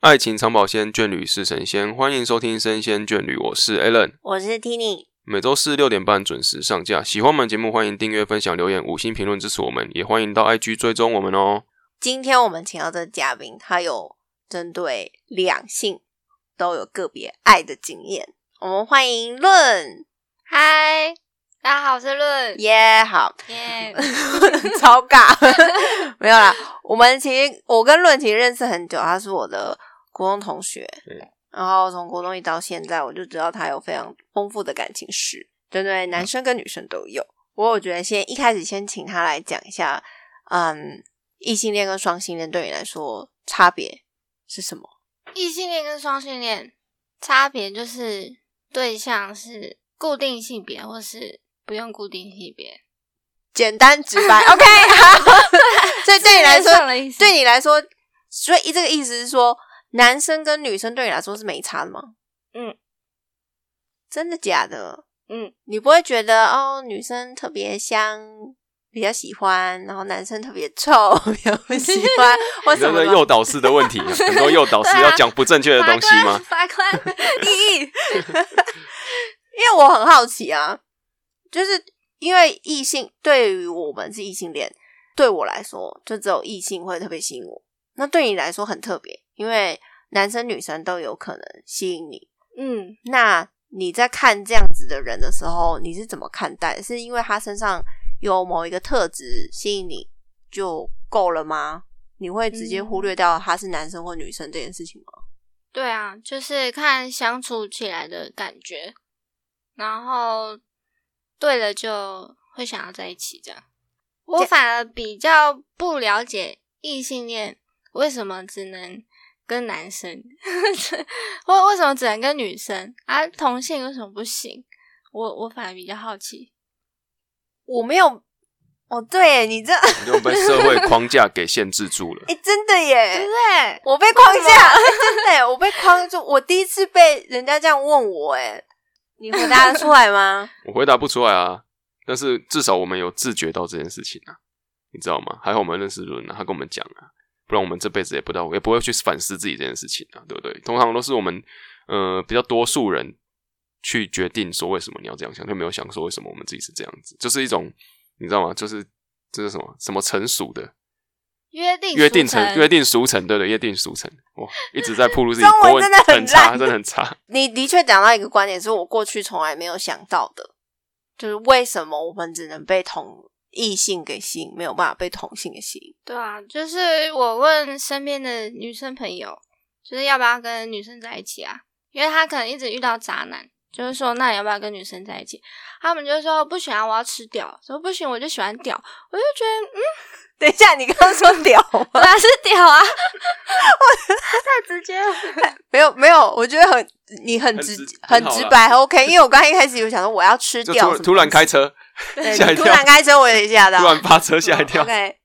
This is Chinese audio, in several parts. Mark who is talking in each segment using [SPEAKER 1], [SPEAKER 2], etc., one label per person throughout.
[SPEAKER 1] 爱情长保鲜，眷侣是神仙。欢迎收听《生鲜眷侣》，我是 Alan。
[SPEAKER 2] 我是 Tini，
[SPEAKER 1] 每周四六点半准时上架。喜欢我们节目，欢迎订阅、分享、留言、五星评论支持我们，也欢迎到 IG 追踪我们哦。
[SPEAKER 2] 今天我们请到的嘉宾，他有针对两性都有个别爱的经验。我们欢迎论
[SPEAKER 3] 嗨，大家好，我是论耶。
[SPEAKER 2] 耶好， 超尬，没有啦。我们其实我跟论其实认识很久，他是我的国中同学
[SPEAKER 1] 对，
[SPEAKER 2] 然后从国中一到现在，我就知道他有非常丰富的感情史，对对，男生跟女生都有。不过我觉得先一开始先请他来讲一下，嗯，异性恋跟双性恋对你来说差别是什么？
[SPEAKER 3] 异性恋跟双性恋差别就是对象是固定性别，或是不用固定性别。
[SPEAKER 2] 简单直白，OK，好。 所以对你来
[SPEAKER 3] 字面上
[SPEAKER 2] 说，
[SPEAKER 3] 的意思
[SPEAKER 2] 对你来说，所以这个意思是说，男生跟女生对你来说是没差的吗？
[SPEAKER 3] 嗯，
[SPEAKER 2] 真的假的？
[SPEAKER 3] 嗯，
[SPEAKER 2] 你不会觉得哦，女生特别香，比较喜欢，然后男生特别臭， 比较不喜欢，或
[SPEAKER 1] 你
[SPEAKER 2] 什
[SPEAKER 1] 这
[SPEAKER 2] 么
[SPEAKER 1] 个
[SPEAKER 2] 的
[SPEAKER 1] 诱导式的问题啊，很多诱导式要讲不正确的东西 吗？
[SPEAKER 3] 法官，法官
[SPEAKER 2] 意义。因为我很好奇啊，就是因为异性对于我们是异性恋，对我来说就只有异性会特别吸引我。那对你来说很特别，因为男生女生都有可能吸引你。
[SPEAKER 3] 嗯，
[SPEAKER 2] 那你在看这样子的人的时候，你是怎么看待？是因为他身上有某一个特质吸引你就够了吗？你会直接忽略掉他是男生或女生这件事情吗？
[SPEAKER 3] 对啊，就是看相处起来的感觉，然后对了就会想要在一起这样。我反而比较不了解异性恋为什么只能跟男生， 或为什么只能跟女生啊？同性为什么不行？我我反而比较好奇。
[SPEAKER 2] 我没有，哦，对耶，你这， 哎、
[SPEAKER 1] 你就被社会框架给限制住了。
[SPEAKER 2] 真的耶，
[SPEAKER 3] 对，
[SPEAKER 2] 我被框架，哎真的耶，我被框住，我第一次被人家这样问我，哎，你回答得出来 吗？
[SPEAKER 1] 我回答不出来啊，但是至少我们有自觉到这件事情啊，你知道吗？还好我们认识伦啊，他跟我们讲啊，不然我们这辈子也不知道，也不会去反思自己这件事情啊，对不对？通常都是我们呃比较多数人去决定说为什么你要这样想，就没有想说为什么我们自己是这样子，就是一种你知道吗？就是这是什么什么成熟的
[SPEAKER 3] 约定
[SPEAKER 1] 约定
[SPEAKER 3] 俗成
[SPEAKER 1] 成约定俗成，对对，约定俗成，哇，一直在铺路自己
[SPEAKER 2] 中文
[SPEAKER 1] 国文
[SPEAKER 2] 真的很
[SPEAKER 1] 很差，
[SPEAKER 2] 烂
[SPEAKER 1] 真的很差，
[SPEAKER 2] 你的确讲到一个观点，是我过去从来没有想到的，就是为什么我们只能被同异性给吸引，没有办法被同性给吸引？
[SPEAKER 3] 对啊，就是我问身边的女生朋友，就是要不要跟女生在一起啊？因为她可能一直遇到渣男，就是说那你要不要跟女生在一起？他们就说不行啊，我要吃屌，说不行我就喜欢屌，我就觉得嗯，
[SPEAKER 2] 等一下，你刚刚说屌吗？
[SPEAKER 3] 哪是屌啊？ 太直接了，
[SPEAKER 2] 没有，没有，我觉得很你很直
[SPEAKER 1] 很直很
[SPEAKER 2] 很
[SPEAKER 1] 好
[SPEAKER 2] 直
[SPEAKER 1] 啦
[SPEAKER 2] 白很，OK。因为我刚刚一开始有想说我要吃
[SPEAKER 1] 就
[SPEAKER 2] 掉
[SPEAKER 1] 突
[SPEAKER 2] 什么
[SPEAKER 1] 突然开车
[SPEAKER 2] 东西，
[SPEAKER 1] 吓
[SPEAKER 2] 对
[SPEAKER 1] 一
[SPEAKER 2] 你突
[SPEAKER 1] 跳
[SPEAKER 2] 然，开车，我也吓到，
[SPEAKER 1] 突然发车 吓一跳。
[SPEAKER 2] 哦 OK，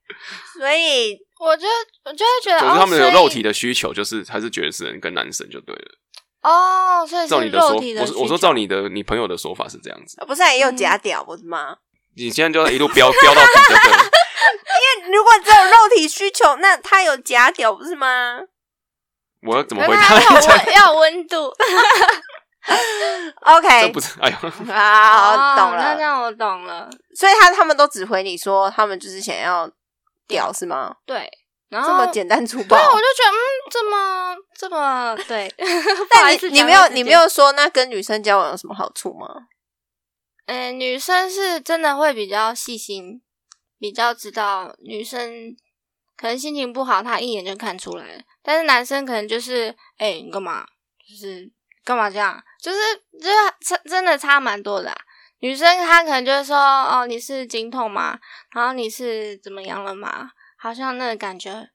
[SPEAKER 2] 所以
[SPEAKER 3] 我就我就会觉得
[SPEAKER 1] 总之，
[SPEAKER 3] 哦
[SPEAKER 1] 他们有
[SPEAKER 3] 所以
[SPEAKER 1] 肉体的需求，就是还是觉得是人跟男生就对了。
[SPEAKER 3] 哦，所以
[SPEAKER 1] 照
[SPEAKER 3] 是
[SPEAKER 1] 你的说，
[SPEAKER 3] 肉体的
[SPEAKER 1] 我
[SPEAKER 3] 需
[SPEAKER 1] 说
[SPEAKER 3] 求。
[SPEAKER 1] 我说照你的你朋友的说法是这样子。
[SPEAKER 2] 呃不是啊也有假屌，不是吗？
[SPEAKER 1] 你现在就要一路飙飙到底就对了。嗯
[SPEAKER 2] 如果只有肉体需求，那他有假屌，不是吗？
[SPEAKER 1] 我要怎么
[SPEAKER 3] 可
[SPEAKER 1] 回
[SPEAKER 3] 是
[SPEAKER 1] 答
[SPEAKER 3] 它
[SPEAKER 1] 你
[SPEAKER 3] 要
[SPEAKER 1] 这样？
[SPEAKER 3] 温啊要温度，
[SPEAKER 1] 这
[SPEAKER 2] OK，
[SPEAKER 1] 不是哎呦，
[SPEAKER 2] 好，懂
[SPEAKER 3] 哦那
[SPEAKER 2] 了
[SPEAKER 3] 这。样我懂了。
[SPEAKER 2] 所以他他们都只回你说他们就是想要屌是吗？
[SPEAKER 3] 对，然
[SPEAKER 2] 这
[SPEAKER 3] 后
[SPEAKER 2] 么简单粗暴
[SPEAKER 3] 对，。我就觉得嗯，这么这么 对，不好
[SPEAKER 2] 但
[SPEAKER 3] 意思
[SPEAKER 2] 你你
[SPEAKER 3] 讲
[SPEAKER 2] 没有
[SPEAKER 3] 到这
[SPEAKER 2] 你
[SPEAKER 3] 件
[SPEAKER 2] 没，有说那跟女生交往有什么好处吗？
[SPEAKER 3] 嗯、女生是真的会比较细心，比较知道女生可能心情不好，她一眼就看出来了。但是男生可能就是，哎、你干嘛？就是干嘛这样？就是就是差真的差蛮多的啊、女生她可能就是说，哦，你是经痛吗？然后你是怎么样了吗？好像那个感觉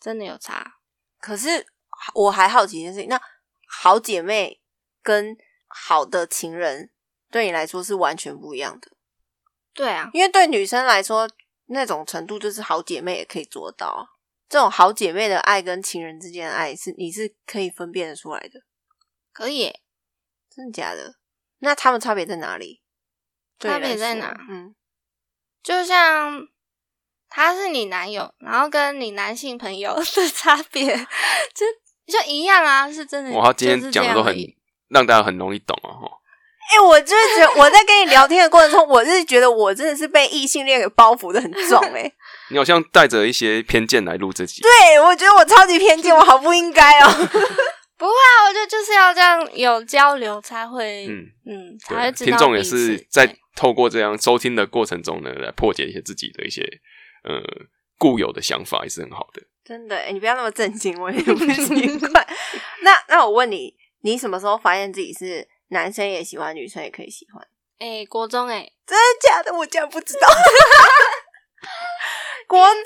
[SPEAKER 3] 真的有差。
[SPEAKER 2] 可是我还好奇一件事情，那好姐妹跟好的情人对你来说是完全不一样的，
[SPEAKER 3] 对啊，
[SPEAKER 2] 因为对女生来说那种程度就是好姐妹也可以做到啊。这种好姐妹的爱跟情人之间的爱是你是可以分辨得出来的。
[SPEAKER 3] 可以耶、
[SPEAKER 2] 真的假的？那他们差别在哪里？对你来
[SPEAKER 3] 差别在
[SPEAKER 2] 说
[SPEAKER 3] 哪
[SPEAKER 2] 嗯，
[SPEAKER 3] 就像 他是你男友，然后跟你男性朋友的差别，就就一样啊，是真的。
[SPEAKER 1] 哇，他今天讲的都很
[SPEAKER 3] 就是这样而已
[SPEAKER 1] 让大家很容易懂哦。吼
[SPEAKER 2] 哎、我就是觉得我在跟你聊天的过程中，我是觉得我真的是被异性恋给包袱的很重哎、
[SPEAKER 1] 你好像带着一些偏见来录这集，
[SPEAKER 2] 对，我觉得我超级偏见，我好不应该哦。
[SPEAKER 3] 不会啊，我觉得就是要这样有交流才会，
[SPEAKER 1] 嗯
[SPEAKER 3] 嗯嗯，才
[SPEAKER 1] 对，
[SPEAKER 3] 会知道
[SPEAKER 1] 听众也
[SPEAKER 3] 彼
[SPEAKER 1] 是
[SPEAKER 3] 此
[SPEAKER 1] 在
[SPEAKER 3] 对
[SPEAKER 1] 透过这样收听的过程中呢，来破解一些自己的一些呃固有的想法，也是很好的。
[SPEAKER 2] 真的、欸，你不要那么震惊，我也不习惯。 那那我问你，你什么时候发现自己是男生也喜欢，女生也可以喜欢？
[SPEAKER 3] 哎、国中哎、
[SPEAKER 2] 真的假的？我竟然不知 道。国中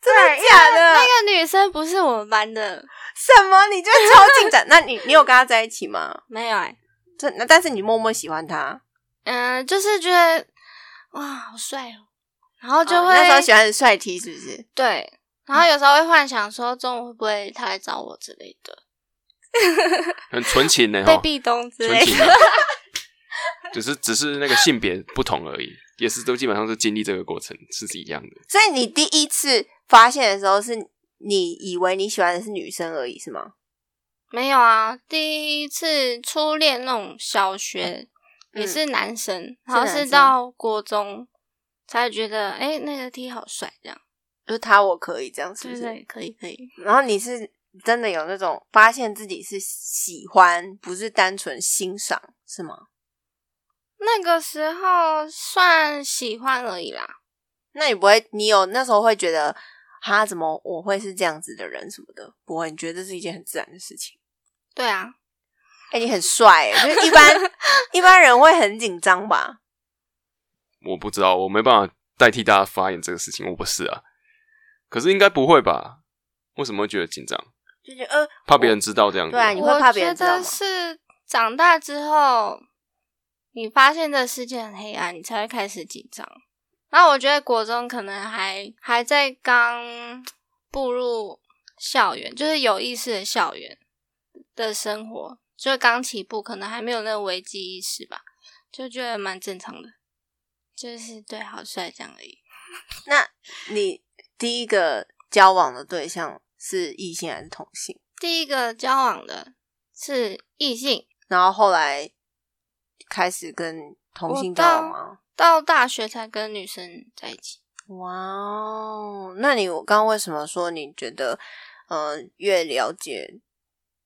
[SPEAKER 2] 真的假的？
[SPEAKER 3] 那个女生不是我们班的，
[SPEAKER 2] 什么？你就是超进 展？那你你有跟他在一起吗？
[SPEAKER 3] 没有哎、
[SPEAKER 2] 这那但是你默默喜欢他，
[SPEAKER 3] 嗯、就是觉得哇，好帅哦，然后就
[SPEAKER 2] 哦
[SPEAKER 3] 会、
[SPEAKER 2] 那时候喜欢的帅 T 是不是？
[SPEAKER 3] 对，然后有时候会幻想说中午会不会他来找我之类的，
[SPEAKER 1] 很纯情呢，
[SPEAKER 3] 被
[SPEAKER 1] 哈，
[SPEAKER 3] 壁咚之
[SPEAKER 1] 纯
[SPEAKER 3] 类
[SPEAKER 1] 情
[SPEAKER 3] 的。
[SPEAKER 1] 的，只是只是那个性别不同而已，也是都基本上是经历这个过程是一样的。
[SPEAKER 2] 所以你第一次发现的时候，是你以为你喜欢的是女生而已，是吗？
[SPEAKER 3] 没有啊，第一次初恋那种小学
[SPEAKER 2] 嗯
[SPEAKER 3] 也是男生，然后
[SPEAKER 2] 男
[SPEAKER 3] 是
[SPEAKER 2] 生
[SPEAKER 3] 到国中才觉得，哎、那个 T 好帅，这样
[SPEAKER 2] 就是他我可以这样，是
[SPEAKER 3] 对
[SPEAKER 2] 不
[SPEAKER 3] 不
[SPEAKER 2] 是？
[SPEAKER 3] 对？可以可以，
[SPEAKER 2] 然后你是真的有那种发现自己是喜欢，不是单纯欣赏，是吗？
[SPEAKER 3] 那个时候算喜欢而已啦。
[SPEAKER 2] 那你不会，你有那时候会觉得，哈，怎么我会是这样子的人什么的？不会，你觉得这是一件很自然的事情。
[SPEAKER 3] 对啊，
[SPEAKER 2] 哎、你很帅、欸，就是一般一般人会很紧张吧？
[SPEAKER 1] 我不知道，我没办法代替大家发言这个事情，我不是啊，可是应该不会吧？为什么会觉得紧张？
[SPEAKER 2] 就觉得呃，
[SPEAKER 1] 怕别人知道这样子？
[SPEAKER 2] 对啊你会怕别人
[SPEAKER 3] 我
[SPEAKER 2] 知
[SPEAKER 3] 觉
[SPEAKER 2] 道吗
[SPEAKER 3] 得是长大之后，你发现这世界很黑暗，你才会开始紧张。然后我觉得国中可能还还在刚步入校园，就是有意识的校园的生活，就是刚起步，可能还没有那个危机意识吧，就觉得蛮正常的，就是对好帅这样而已。
[SPEAKER 2] 那你第一个交往的对象是异性还是同性？
[SPEAKER 3] 第一个交往的是异性，
[SPEAKER 2] 然后后来开始跟同性交往吗？
[SPEAKER 3] 到大学才跟女生在一起。
[SPEAKER 2] 哇哦！那你我刚刚为什么说你觉得，呃，越了解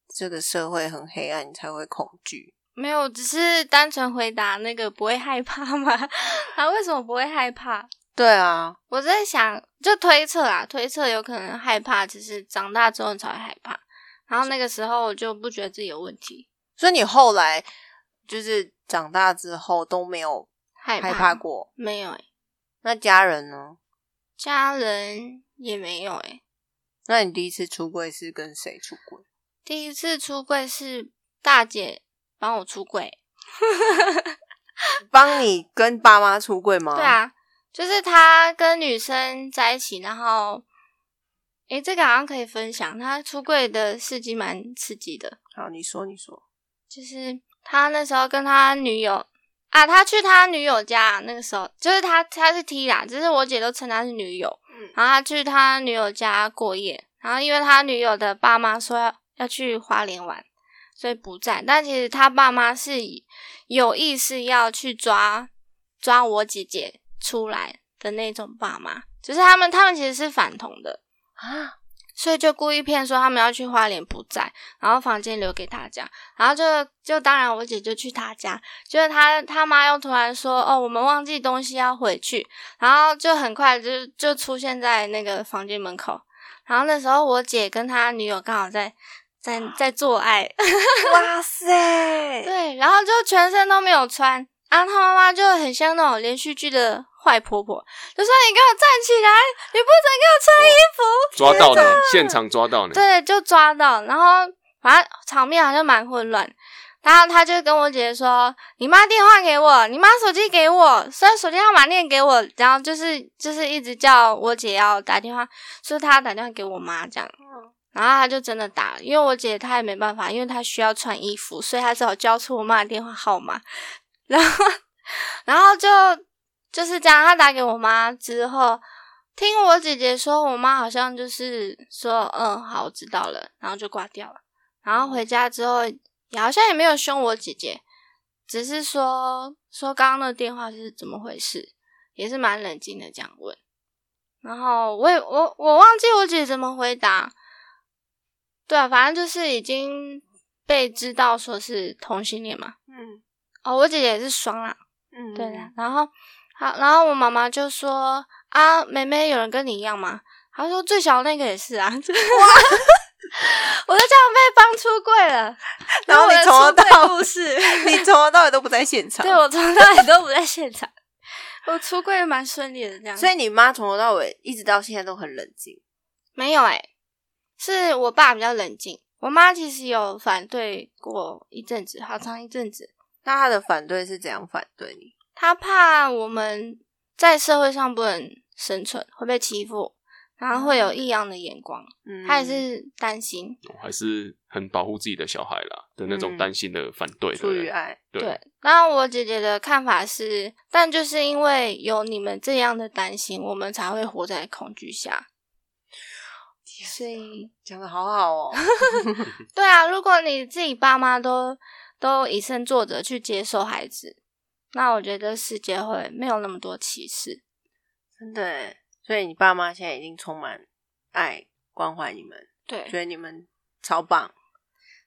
[SPEAKER 2] 这个社会很黑暗，你才会恐惧？
[SPEAKER 3] 没有，只是单纯回答那个不会害怕吗？ 啊，为什么不会害怕？
[SPEAKER 2] 对啊，
[SPEAKER 3] 我在想，就推测啦，推测有可能害怕，只是长大之后你才会害怕。然后那个时候我就不觉得自己有问题，
[SPEAKER 2] 所以你后来就是长大之后都没有
[SPEAKER 3] 害怕
[SPEAKER 2] 害怕过。
[SPEAKER 3] 没有、欸？
[SPEAKER 2] 那家人呢？
[SPEAKER 3] 家人也没有欸诶、
[SPEAKER 2] 那你第一次出柜是跟谁出柜？
[SPEAKER 3] 第一次出柜是大姐帮我出柜，
[SPEAKER 2] 帮你跟爸妈出柜吗？
[SPEAKER 3] 对，啊，就是他跟女生在一起，然后，诶、这个好像可以分享，他出柜的事迹蛮刺激的。
[SPEAKER 2] 好，你说，你说。
[SPEAKER 3] 就是他那时候跟他女友啊，他去他女友家，那个时候就是他他是 T 啦，就是我姐都称他是女友，然后他去他女友家过夜，然后因为他女友的爸妈说要要去花莲玩，所以不在，但其实他爸妈是有意识要去抓抓我姐姐出来的那种爸妈，就是他们他们其实是反同的。
[SPEAKER 2] 啊，
[SPEAKER 3] 所以就故意骗说他们要去花莲不在，然后房间留给大家，然后就就当然我姐就去他家，就是他他妈又突然说哦我们忘记东西要回去，然后就很快就就出现在那个房间门口，然后那时候我姐跟他女友刚好在在在做爱，
[SPEAKER 2] 哇塞！
[SPEAKER 3] 对，然后就全身都没有穿。啊，他妈妈就很像那种连续剧的坏婆婆，就说你给我站起来，你不准给我穿衣服，
[SPEAKER 1] 抓到你，现场抓到你，
[SPEAKER 3] 对，就抓到，然后反正场面好像蛮混乱。然后他就跟我姐姐说：“你妈电话给我，你妈手机给我，虽然手机号码念给我。”然后就是就是一直叫我姐要打电话，说她要打电话给我妈这样。然后他就真的打了，因为我姐她也没办法，因为她需要穿衣服，所以她只好交出我妈的电话号码。然后，然后就就是这样，她打给我妈之后，听我姐姐说，我妈好像就是说，嗯，好，我知道了，然后就挂掉了。然后回家之后，也好像也没有凶我姐姐，只是说说刚刚那个电话是怎么回事，也是蛮冷静的这样问。然后我也我我忘记我姐姐怎么回答，对啊，反正就是已经被知道说是同性恋嘛。
[SPEAKER 2] 嗯
[SPEAKER 3] 哦，我姐姐也是双啦，
[SPEAKER 2] 嗯，
[SPEAKER 3] 对啊啦，然后好，然后我妈妈就说啊，妹妹有人跟你一样吗？她说最小那个也是啊， 我就这样被帮出 柜了。
[SPEAKER 2] 然后你从头
[SPEAKER 3] 这是我的
[SPEAKER 2] 到
[SPEAKER 3] 出柜故 事，
[SPEAKER 2] 你从头到尾都不在现场
[SPEAKER 3] 对，我从头到尾都不在现场，我出柜蛮顺利的这样。
[SPEAKER 2] 所以你妈从头到尾一直到现在都很冷静。
[SPEAKER 3] 没有哎、是我爸比较冷静，我妈其实有反对过一阵子，好长一阵子。
[SPEAKER 2] 那她的反对是怎样反对你？
[SPEAKER 3] 他怕我们在社会上不能生存，会被欺负，然后会有异样的眼光，
[SPEAKER 2] 嗯
[SPEAKER 3] 他也是担心。
[SPEAKER 1] 我还是很保护自己的小孩啦的那种
[SPEAKER 2] 嗯
[SPEAKER 1] 担心的反对，对
[SPEAKER 2] 出
[SPEAKER 1] 不
[SPEAKER 2] 于
[SPEAKER 1] 对
[SPEAKER 2] 爱，
[SPEAKER 1] 对
[SPEAKER 3] 对，那我姐姐的看法是，但就是因为有你们这样的担心，我们才会活在恐惧下。所以，
[SPEAKER 2] 讲的好好哦。
[SPEAKER 3] 对啊，如果你自己爸妈都都以身作则去接受孩子，那我觉得世界会没有那么多歧视。
[SPEAKER 2] 真的耶，所以你爸妈现在已经充满爱关怀你们，
[SPEAKER 3] 对
[SPEAKER 2] 觉得你们超棒。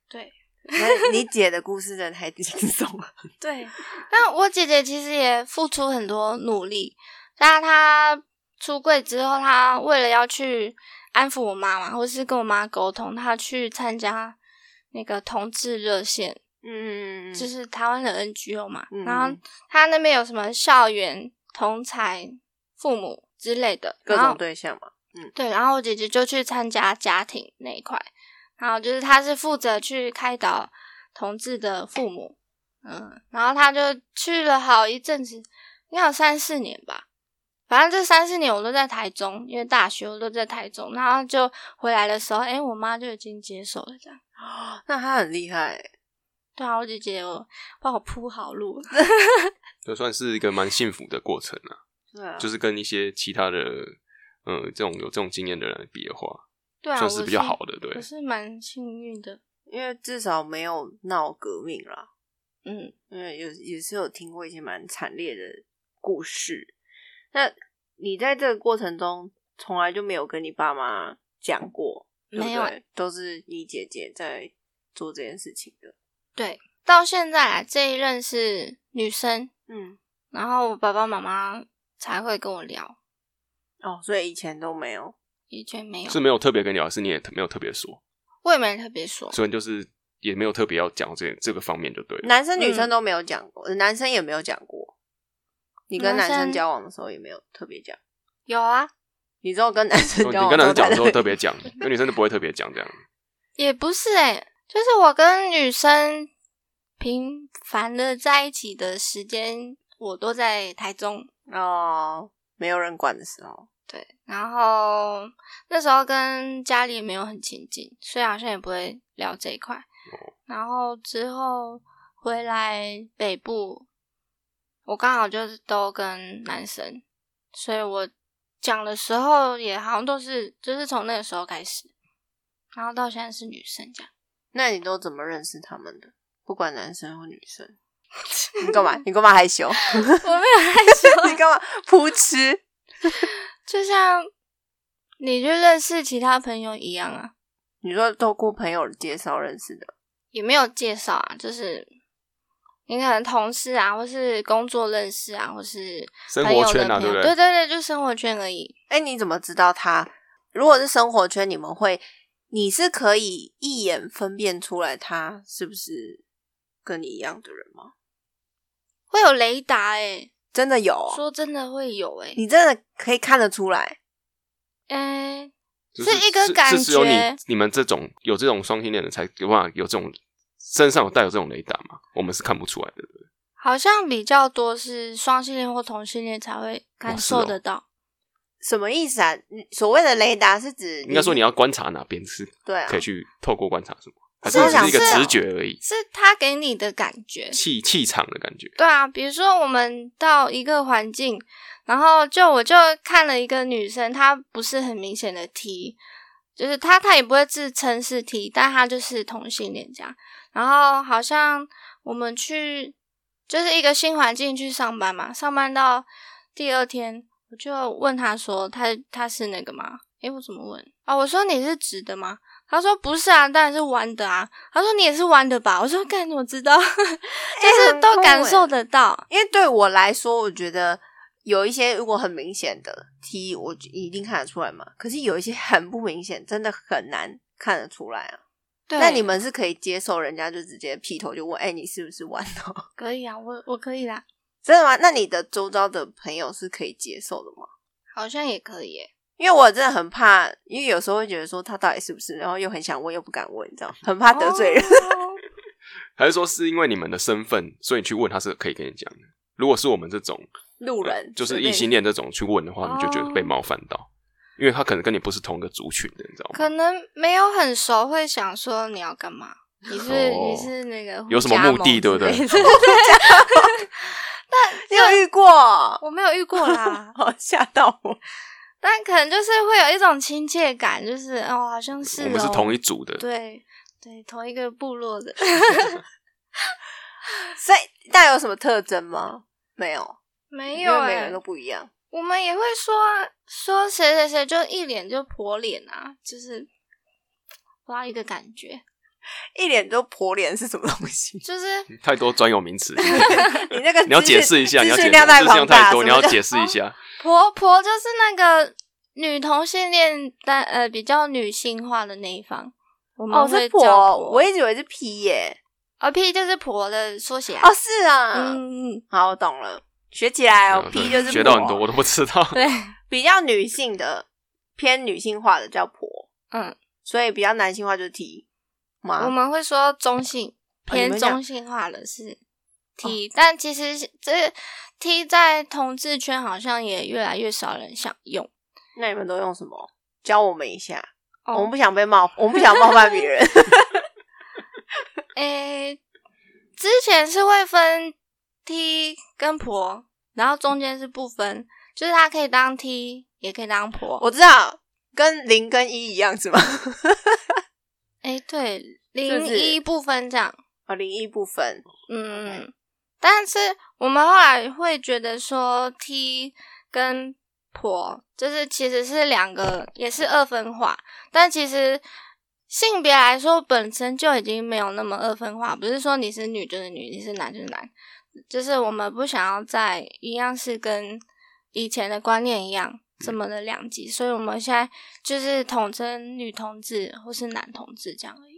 [SPEAKER 3] 对
[SPEAKER 2] 那你姐的故事真的太惊悚了，
[SPEAKER 3] 对， 但我姐姐其实也付出很多努力。那她出柜之后，她为了要去安抚我妈妈，或是跟我妈沟通，她去参加那个同志热线，
[SPEAKER 2] 嗯，
[SPEAKER 3] 就是台湾的 NGO 嘛。
[SPEAKER 2] 嗯
[SPEAKER 3] 然后她那边有什么校园同才父母之类的，
[SPEAKER 2] 各
[SPEAKER 3] 然后
[SPEAKER 2] 种对象嘛，
[SPEAKER 3] 对，然后我姐姐就去参加家庭那一块，然后就是她是负责去开导同志的父母，嗯，然后她就去了好一阵子，应该有三四年吧，反正这三四年我都在台中，因为大学我都在台中，然后就回来的时候，哎，我妈就已经接手了，这样。
[SPEAKER 2] 那她很厉害欸耶，
[SPEAKER 3] 对啊，我姐姐有帮我铺好路，
[SPEAKER 1] 这算是一个蛮幸福的过程啊。
[SPEAKER 2] 对啊，
[SPEAKER 1] 就是跟一些其他的，呃，这种有这种经验的人来比的话，
[SPEAKER 3] 对啊，
[SPEAKER 1] 算
[SPEAKER 3] 我
[SPEAKER 1] 是比较好的对
[SPEAKER 3] 我是蛮幸运的，
[SPEAKER 2] 因为至少没有闹革命啦，
[SPEAKER 3] 嗯，
[SPEAKER 2] 因为有也是有听过一些蛮惨烈的故事。那你在这个过程中，从来就没有跟你爸妈讲过，对不
[SPEAKER 3] 没有
[SPEAKER 2] 对，都是你姐姐在做这件事情的，
[SPEAKER 3] 对，到现在啊这一任是女生，
[SPEAKER 2] 嗯。
[SPEAKER 3] 然后我爸爸妈妈才会跟我聊，
[SPEAKER 2] 哦，所以以前都没有。
[SPEAKER 3] 以前没有
[SPEAKER 1] 是，没有特别跟你聊，是你也没有特别说，
[SPEAKER 3] 我也没特别说。
[SPEAKER 1] 所以就是也没有特别要讲这这个方面就 对了。嗯
[SPEAKER 2] 男生女生都没有讲过，呃男生也没有讲过。你跟男
[SPEAKER 3] 男
[SPEAKER 2] 生
[SPEAKER 3] 生
[SPEAKER 2] 交往的时候也没有特别讲，
[SPEAKER 3] 有啊，
[SPEAKER 2] 你只有跟男生
[SPEAKER 1] 哦你
[SPEAKER 2] 交往
[SPEAKER 1] 跟男生讲的时候
[SPEAKER 2] 才
[SPEAKER 1] 特别讲，跟女生就不会特别讲这样。
[SPEAKER 3] 也不是诶、就是我跟女生频繁的在一起的时间，我都在台中。
[SPEAKER 2] 哦，没有人管的时候，
[SPEAKER 3] 对，然后那时候跟家里也没有很亲近，所以好像也不会聊这一块。然后之后回来北部，我刚好就是都跟男生，所以我讲的时候也好像都是就是从那个时候开始，然后到现在是女生这样。
[SPEAKER 2] 那你都怎么认识他们的？不管男生或女生，你干 嘛？你干嘛害羞？
[SPEAKER 3] 我没有害羞
[SPEAKER 2] 你干嘛 扑哧？
[SPEAKER 3] 就像你去认识其他朋友一样啊，
[SPEAKER 2] 你说透过朋友介绍认识的，
[SPEAKER 3] 也没有介绍啊，就是你可能同事啊，或是工作认识啊，或是
[SPEAKER 1] 生
[SPEAKER 3] 朋友
[SPEAKER 1] 活
[SPEAKER 3] 的
[SPEAKER 1] 圈啊，
[SPEAKER 3] 朋
[SPEAKER 1] 对
[SPEAKER 3] 友
[SPEAKER 1] 不
[SPEAKER 3] 对？对对，就生活圈而已。
[SPEAKER 2] 哎，你怎么知道他？如果是生活圈，你们会，你是可以一眼分辨出来他是不是跟你一样的人吗？
[SPEAKER 3] 会有雷达哎、
[SPEAKER 2] 真的有哦、
[SPEAKER 3] 说真的会有哎、欸，
[SPEAKER 2] 你真的可以看得出来，
[SPEAKER 3] 哎、
[SPEAKER 1] 就是
[SPEAKER 3] 一个
[SPEAKER 1] 是
[SPEAKER 3] 感
[SPEAKER 1] 是只有你
[SPEAKER 3] 觉
[SPEAKER 1] 你们这种有这种双性恋的才有办法有这种身上有带有这种雷达嘛，我们是看不出来的。对不对
[SPEAKER 3] 好像比较多是双性恋或同性恋才会感
[SPEAKER 1] 哦
[SPEAKER 3] 受得到。
[SPEAKER 2] 什么意思啊？你所谓的雷达是指
[SPEAKER 1] 应该说你要观察哪边是
[SPEAKER 2] 对啊
[SPEAKER 1] 可，以去透过观察什么，还
[SPEAKER 2] 是
[SPEAKER 1] 是
[SPEAKER 2] 啊
[SPEAKER 1] 只是一个
[SPEAKER 2] 是啊
[SPEAKER 1] 直觉而已，
[SPEAKER 3] 是他给你的感觉，
[SPEAKER 1] 气气场的感觉。
[SPEAKER 3] 对啊，比如说我们到一个环境，然后就我就看了一个女生，她不是很明显的 T，就是他他也不会自称是 T，但他就是同性恋这样。然后好像我们去就是一个新环境去上班嘛，上班到第二天，我就问他说他他是那个吗？诶，我怎么问啊？我说你是直的吗？他说不是啊，当然是弯的啊。他说你也是弯的吧？我说干，我知道， 就是
[SPEAKER 2] 哎很
[SPEAKER 3] 都
[SPEAKER 2] 酷
[SPEAKER 3] 感
[SPEAKER 2] 诶
[SPEAKER 3] 受得到。
[SPEAKER 2] 因为对我来说，我觉得有一些如果很明显的 T，我一定看得出来嘛。可是有一些很不明显，真的很难看得出来啊。
[SPEAKER 3] 对，
[SPEAKER 2] 那你们是可以接受人家就直接劈头就问，哎、你是不是玩哦头？
[SPEAKER 3] 可以啊，我我可以啦，
[SPEAKER 2] 真的吗？那你的周遭的朋友是可以接受的吗？
[SPEAKER 3] 好像也可以耶。
[SPEAKER 2] 因为我真的很怕，因为有时候会觉得说他到底是不是，然后又很想问又不敢问，你知 道吗，很怕得罪人。
[SPEAKER 3] 哦
[SPEAKER 1] 还是说是因为你们的身份，所以你去问他是可以跟你讲的？如果是我们这种
[SPEAKER 2] 路人
[SPEAKER 1] 就是
[SPEAKER 2] 随便
[SPEAKER 1] 异性恋这种去问的话，
[SPEAKER 3] 哦
[SPEAKER 1] 你就觉得被冒犯到，因为他可能跟你不是同一个族群的，你知道吗？
[SPEAKER 3] 可能没有很熟，会想说你要干嘛？你是、
[SPEAKER 1] 哦
[SPEAKER 3] 你是那个
[SPEAKER 1] 有什么目的
[SPEAKER 3] 加盟 之类 的
[SPEAKER 2] 你有遇过？，
[SPEAKER 3] 我没有遇过啦
[SPEAKER 2] 好吓到我！
[SPEAKER 3] 但可能就是会有一种亲切感，就是哦，好像是、哦、
[SPEAKER 1] 我们是同一组的，
[SPEAKER 3] 对对同一个部落的，
[SPEAKER 2] 所以那有什么特征吗？没有，
[SPEAKER 3] 没
[SPEAKER 2] 因
[SPEAKER 3] 有
[SPEAKER 2] 为
[SPEAKER 1] 欸
[SPEAKER 3] 哎、
[SPEAKER 2] 每个人都不一样。
[SPEAKER 3] 我们也会说啊说谁谁谁就一脸就婆脸啊，就是不知道一个感觉，
[SPEAKER 2] 一脸都婆脸是什么东 西？
[SPEAKER 3] 就是
[SPEAKER 1] 太多专有名词，
[SPEAKER 2] 你那个
[SPEAKER 1] 你要
[SPEAKER 2] 资讯
[SPEAKER 1] 解释一下，你
[SPEAKER 2] 资
[SPEAKER 1] 要解释
[SPEAKER 2] 讯量太
[SPEAKER 1] 量
[SPEAKER 2] 庞大，
[SPEAKER 1] 太多，
[SPEAKER 2] 什
[SPEAKER 1] 你
[SPEAKER 2] 么
[SPEAKER 1] 要
[SPEAKER 2] 叫
[SPEAKER 1] 解释一下。
[SPEAKER 3] 婆婆就是那个女同性恋，但呃比较女性化的那一方，我
[SPEAKER 2] 哦，
[SPEAKER 3] 们会
[SPEAKER 2] 是
[SPEAKER 3] 叫
[SPEAKER 2] 婆，我
[SPEAKER 3] 婆。
[SPEAKER 2] 一直以为是 P 耶。
[SPEAKER 3] 而 P 就是婆的缩写、啊。
[SPEAKER 2] 哦，是啊，
[SPEAKER 3] 嗯，嗯，
[SPEAKER 2] 好，我懂了，学起来哦
[SPEAKER 1] 嗯。对
[SPEAKER 2] P 就是
[SPEAKER 1] 学到很
[SPEAKER 2] 婆
[SPEAKER 1] 多，我都不知道。
[SPEAKER 3] 对，
[SPEAKER 2] 比较女性的，偏女性化的叫婆，
[SPEAKER 3] 嗯，
[SPEAKER 2] 所以比较男性化就是 T
[SPEAKER 3] 我
[SPEAKER 2] 吗？
[SPEAKER 3] 们会说中性，
[SPEAKER 2] 你
[SPEAKER 3] 偏
[SPEAKER 2] 们讲
[SPEAKER 3] 中性化的是
[SPEAKER 2] 哦
[SPEAKER 3] T，、但其实这 T 在同志圈好像也越来越少人想用。
[SPEAKER 2] 那你们都用什么？教我们一下，我们
[SPEAKER 3] 哦，
[SPEAKER 2] 不想被冒，我们不想冒犯别 人。
[SPEAKER 3] 诶、之前是会分 T 跟婆，然后中间是不分，就是它可以当 T，也可以当婆。
[SPEAKER 2] 我知道，跟零跟一一样是吗？
[SPEAKER 3] 哎、对，
[SPEAKER 2] 是
[SPEAKER 3] 零一部分这样，
[SPEAKER 2] 啊，零一不分，
[SPEAKER 3] 嗯，但是我们后来会觉得说 T 跟婆就是其实是两个，也是二分化，但其实性别来说本身就已经没有那么二分化，不是说你是女就是女，你是男就是男，就是我们不想要再一样是跟以前的观念一样这么的两极，所以我们现在就是统称女同志或是男同志这样而已。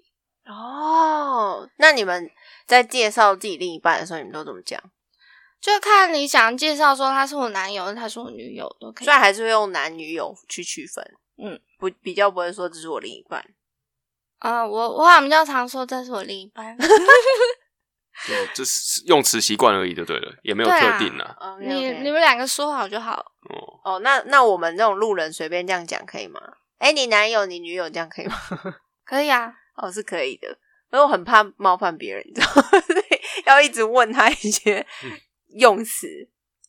[SPEAKER 2] 哦，那你们在介绍自己另一半的时候，你们都怎么讲？
[SPEAKER 3] 就看你想介绍说他是我男友，他是我女友都可以
[SPEAKER 2] 虽。然还是会用男女友去区分，
[SPEAKER 3] 嗯，
[SPEAKER 2] 不比较不会说这是我另一半。
[SPEAKER 3] 呃，我我好像比较常说这是我另一半，
[SPEAKER 1] 对，这嗯是用词习惯而已，就对了，也没有
[SPEAKER 3] 对啊
[SPEAKER 1] 特定啊。
[SPEAKER 2] 哦 OK，OK
[SPEAKER 3] 你你们两个说好就好。
[SPEAKER 1] 哦，
[SPEAKER 2] 哦，那那我们这种路人随便这样讲可以吗？哎，你男友、你女友这样可以吗？
[SPEAKER 3] 可以啊，
[SPEAKER 2] 哦，是可以的，因为我很怕冒犯别人，你知道吗， 所以要一直问他一些
[SPEAKER 1] 嗯
[SPEAKER 2] 用词。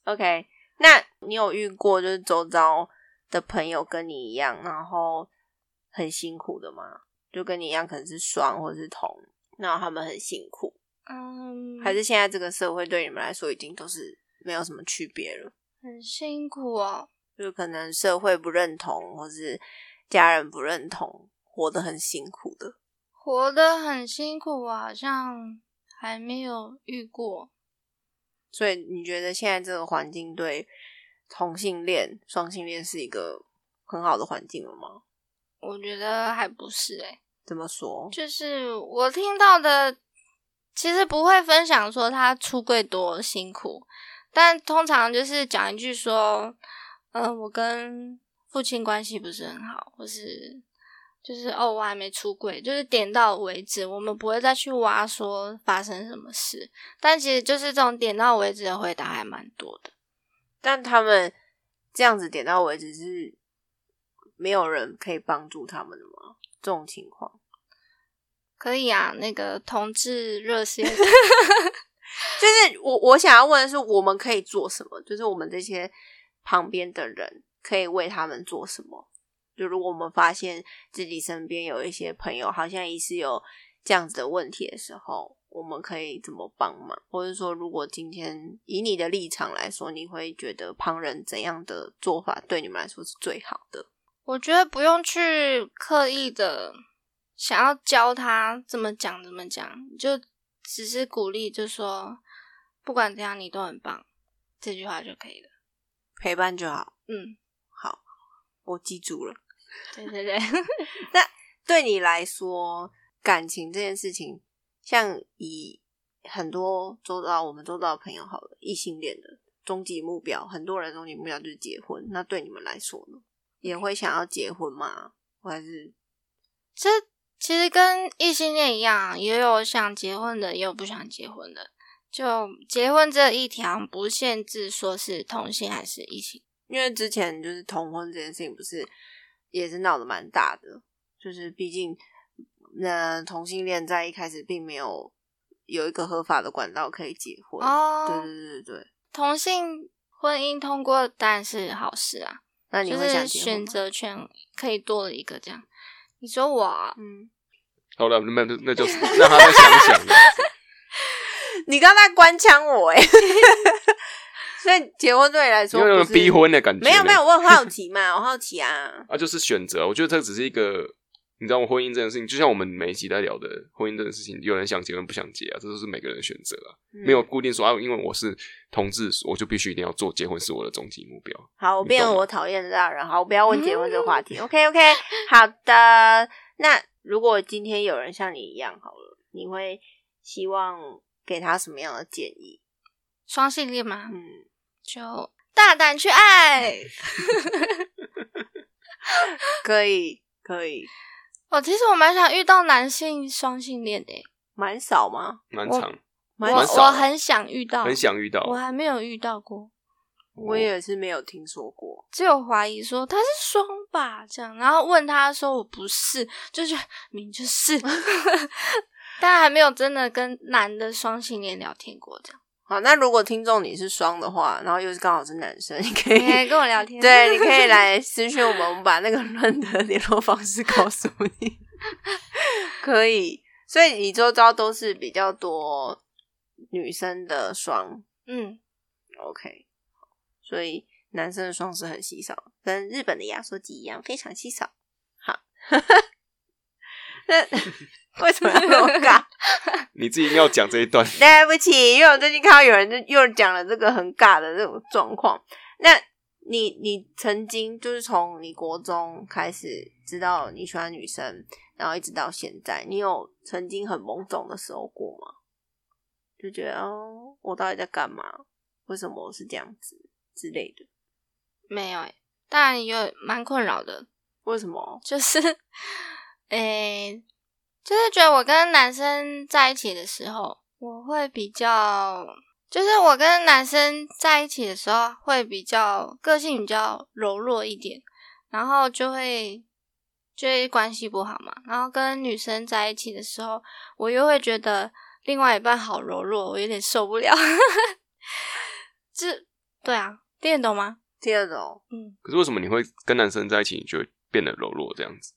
[SPEAKER 2] OK，那你有遇过就是周遭的朋友跟你一样，然后很辛苦的吗？就跟你一样，可能是双或是同，然后他们很辛苦，
[SPEAKER 3] 嗯，
[SPEAKER 2] 还是现在这个社会对你们来说已经都是没有什么区别了？
[SPEAKER 3] 很辛苦哦。
[SPEAKER 2] 就是可能社会不认同，或是家人不认同，活得很辛苦的。
[SPEAKER 3] 活得很辛苦，我好像还没有遇过。
[SPEAKER 2] 所以你觉得现在这个环境对同性恋、双性恋是一个很好的环境了吗？
[SPEAKER 3] 我觉得还不是欸诶、
[SPEAKER 2] 怎么说？
[SPEAKER 3] 就是我听到的，其实不会分享说他出柜多辛苦，但通常就是讲一句说，呃，我跟父亲关系不是很好，或是就是哦，我还没出柜，就是点到为止，我们不会再去挖说发生什么事。但其实就是这种点到为止的回答还蛮多的。
[SPEAKER 2] 但他们这样子点到为止是没有人可以帮助他们的吗？这种情况，
[SPEAKER 3] 可以啊，那个同志热线，
[SPEAKER 2] 就是我我想要问的是，我们可以做什么？就是我们这些旁边的人可以为他们做什么？就如果我们发现自己身边有一些朋友好像疑似有这样子的问题的时候，我们可以怎么帮忙？或者说，如果今天以你的立场来说，你会觉得旁人怎样的做法对你们来说是最好的？
[SPEAKER 3] 我觉得不用去刻意的想要教他怎么讲怎么讲，就只是鼓励，就说不管怎样你都很棒，这句话就可以了。
[SPEAKER 2] 陪伴就好，
[SPEAKER 3] 嗯，
[SPEAKER 2] 我记住了。
[SPEAKER 3] 对对 对，
[SPEAKER 2] 对你来说，感情这件事情，像以很多周遭我们周遭的朋友好了，异性恋的终极目标，很多人终极目标就是结婚。那对你们来说呢，也会想要结婚吗？我还是
[SPEAKER 3] 这其实跟异性恋一样啊，也有想结婚的，也有不想结婚的。就结婚这一条不限制说是同性还是异性，
[SPEAKER 2] 因为之前就是同婚这件事情，不是也是闹得蛮大的，就是毕竟那、同性恋在一开始并没有有一个合法的管道可以结婚。
[SPEAKER 3] 哦
[SPEAKER 2] 对对对对对，
[SPEAKER 3] 同性婚姻通过当然是好事啊，
[SPEAKER 2] 那你
[SPEAKER 3] 就
[SPEAKER 2] 会想
[SPEAKER 3] 是
[SPEAKER 2] 结婚
[SPEAKER 3] 选
[SPEAKER 2] 吗？
[SPEAKER 3] 择权可以多了一个这样。你说我啊
[SPEAKER 2] 嗯，
[SPEAKER 1] 好了，那那那就是让他再想一想这样子。
[SPEAKER 2] 你刚才官腔我哎、所以结婚对你来 说
[SPEAKER 1] 因为有人
[SPEAKER 2] 不是
[SPEAKER 1] 逼婚的感觉呢。
[SPEAKER 2] 没有没有，我很好奇嘛， 我好奇啊。
[SPEAKER 1] 啊，就是选择。我觉得这只是一个，你知道，婚姻这件事情，就像我们每一集在聊的婚姻这件事情，有人想结，有人不想结啊，这都是每个人的选择啊，
[SPEAKER 2] 嗯
[SPEAKER 1] 没有固定说啊，因为我是同志，我就必须一定要做结婚是我的终极目标。
[SPEAKER 2] 好，我
[SPEAKER 1] 你
[SPEAKER 2] 变
[SPEAKER 1] 懂
[SPEAKER 2] 成
[SPEAKER 1] 吗
[SPEAKER 2] 我讨厌的大人。好，我不要问结婚这个话题。OK OK，好的。那如果今天有人像你一样好了，你会希望给他什么样的建议？
[SPEAKER 3] 双性恋吗？
[SPEAKER 2] 嗯，
[SPEAKER 3] 就大胆去爱。
[SPEAKER 2] 可以可以，
[SPEAKER 3] 哦，其实我蛮想遇到男性双性恋的耶，欸
[SPEAKER 2] 蛮少吗？
[SPEAKER 1] 蛮长，
[SPEAKER 2] 蛮
[SPEAKER 3] 我
[SPEAKER 1] 蛮少
[SPEAKER 2] 少，
[SPEAKER 3] 我
[SPEAKER 1] 的
[SPEAKER 3] 很想遇到，
[SPEAKER 1] 很想遇到。啊
[SPEAKER 3] 我还没有遇到过，
[SPEAKER 2] 我也是没有听说过。
[SPEAKER 3] 只有怀疑说他是双吧这样，然后问他说我不是，就是明就是， 但还没有真的跟男的双性恋聊天 过这样。
[SPEAKER 2] 好，那如果听众你是双的话，然后又是刚好是男生，你可以
[SPEAKER 3] 你还跟我聊天？
[SPEAKER 2] 对，你可以来私讯我们，我们把那个论的联络方式告诉你。 可以，所以你周遭都是比较多女生的双
[SPEAKER 3] 嗯，
[SPEAKER 2] ，OK，所以男生的双是很稀少，跟日本的压缩机一样，非常稀少。好， 那 为什么要那么尬？
[SPEAKER 1] 你自己硬要讲这一段，
[SPEAKER 2] 对不起，因为我最近看到有人就又讲了这个很尬的这种状况。那你你曾经就是从你国中开始知道你喜欢女生，然后一直到现在，你有曾经很懵懂的时候过吗？就觉得哦，我到底在干嘛？为什么我是这样子之类的？
[SPEAKER 3] 没有诶，当然有蛮困扰的，
[SPEAKER 2] 为什么？
[SPEAKER 3] 就是，诶、就是觉得我跟男生在一起的时候，我会比较，就是我跟男生在一起的时候会比较个性比较柔弱一点，然后就会就会关系不好嘛。然后跟女生在一起的时候，我又会觉得另外一半好柔弱，我有点受不了。 这对啊，听得懂吗？
[SPEAKER 2] 第二种
[SPEAKER 3] 嗯，
[SPEAKER 1] 可是为什么你会跟男生在一起，你就会变得柔弱这样子？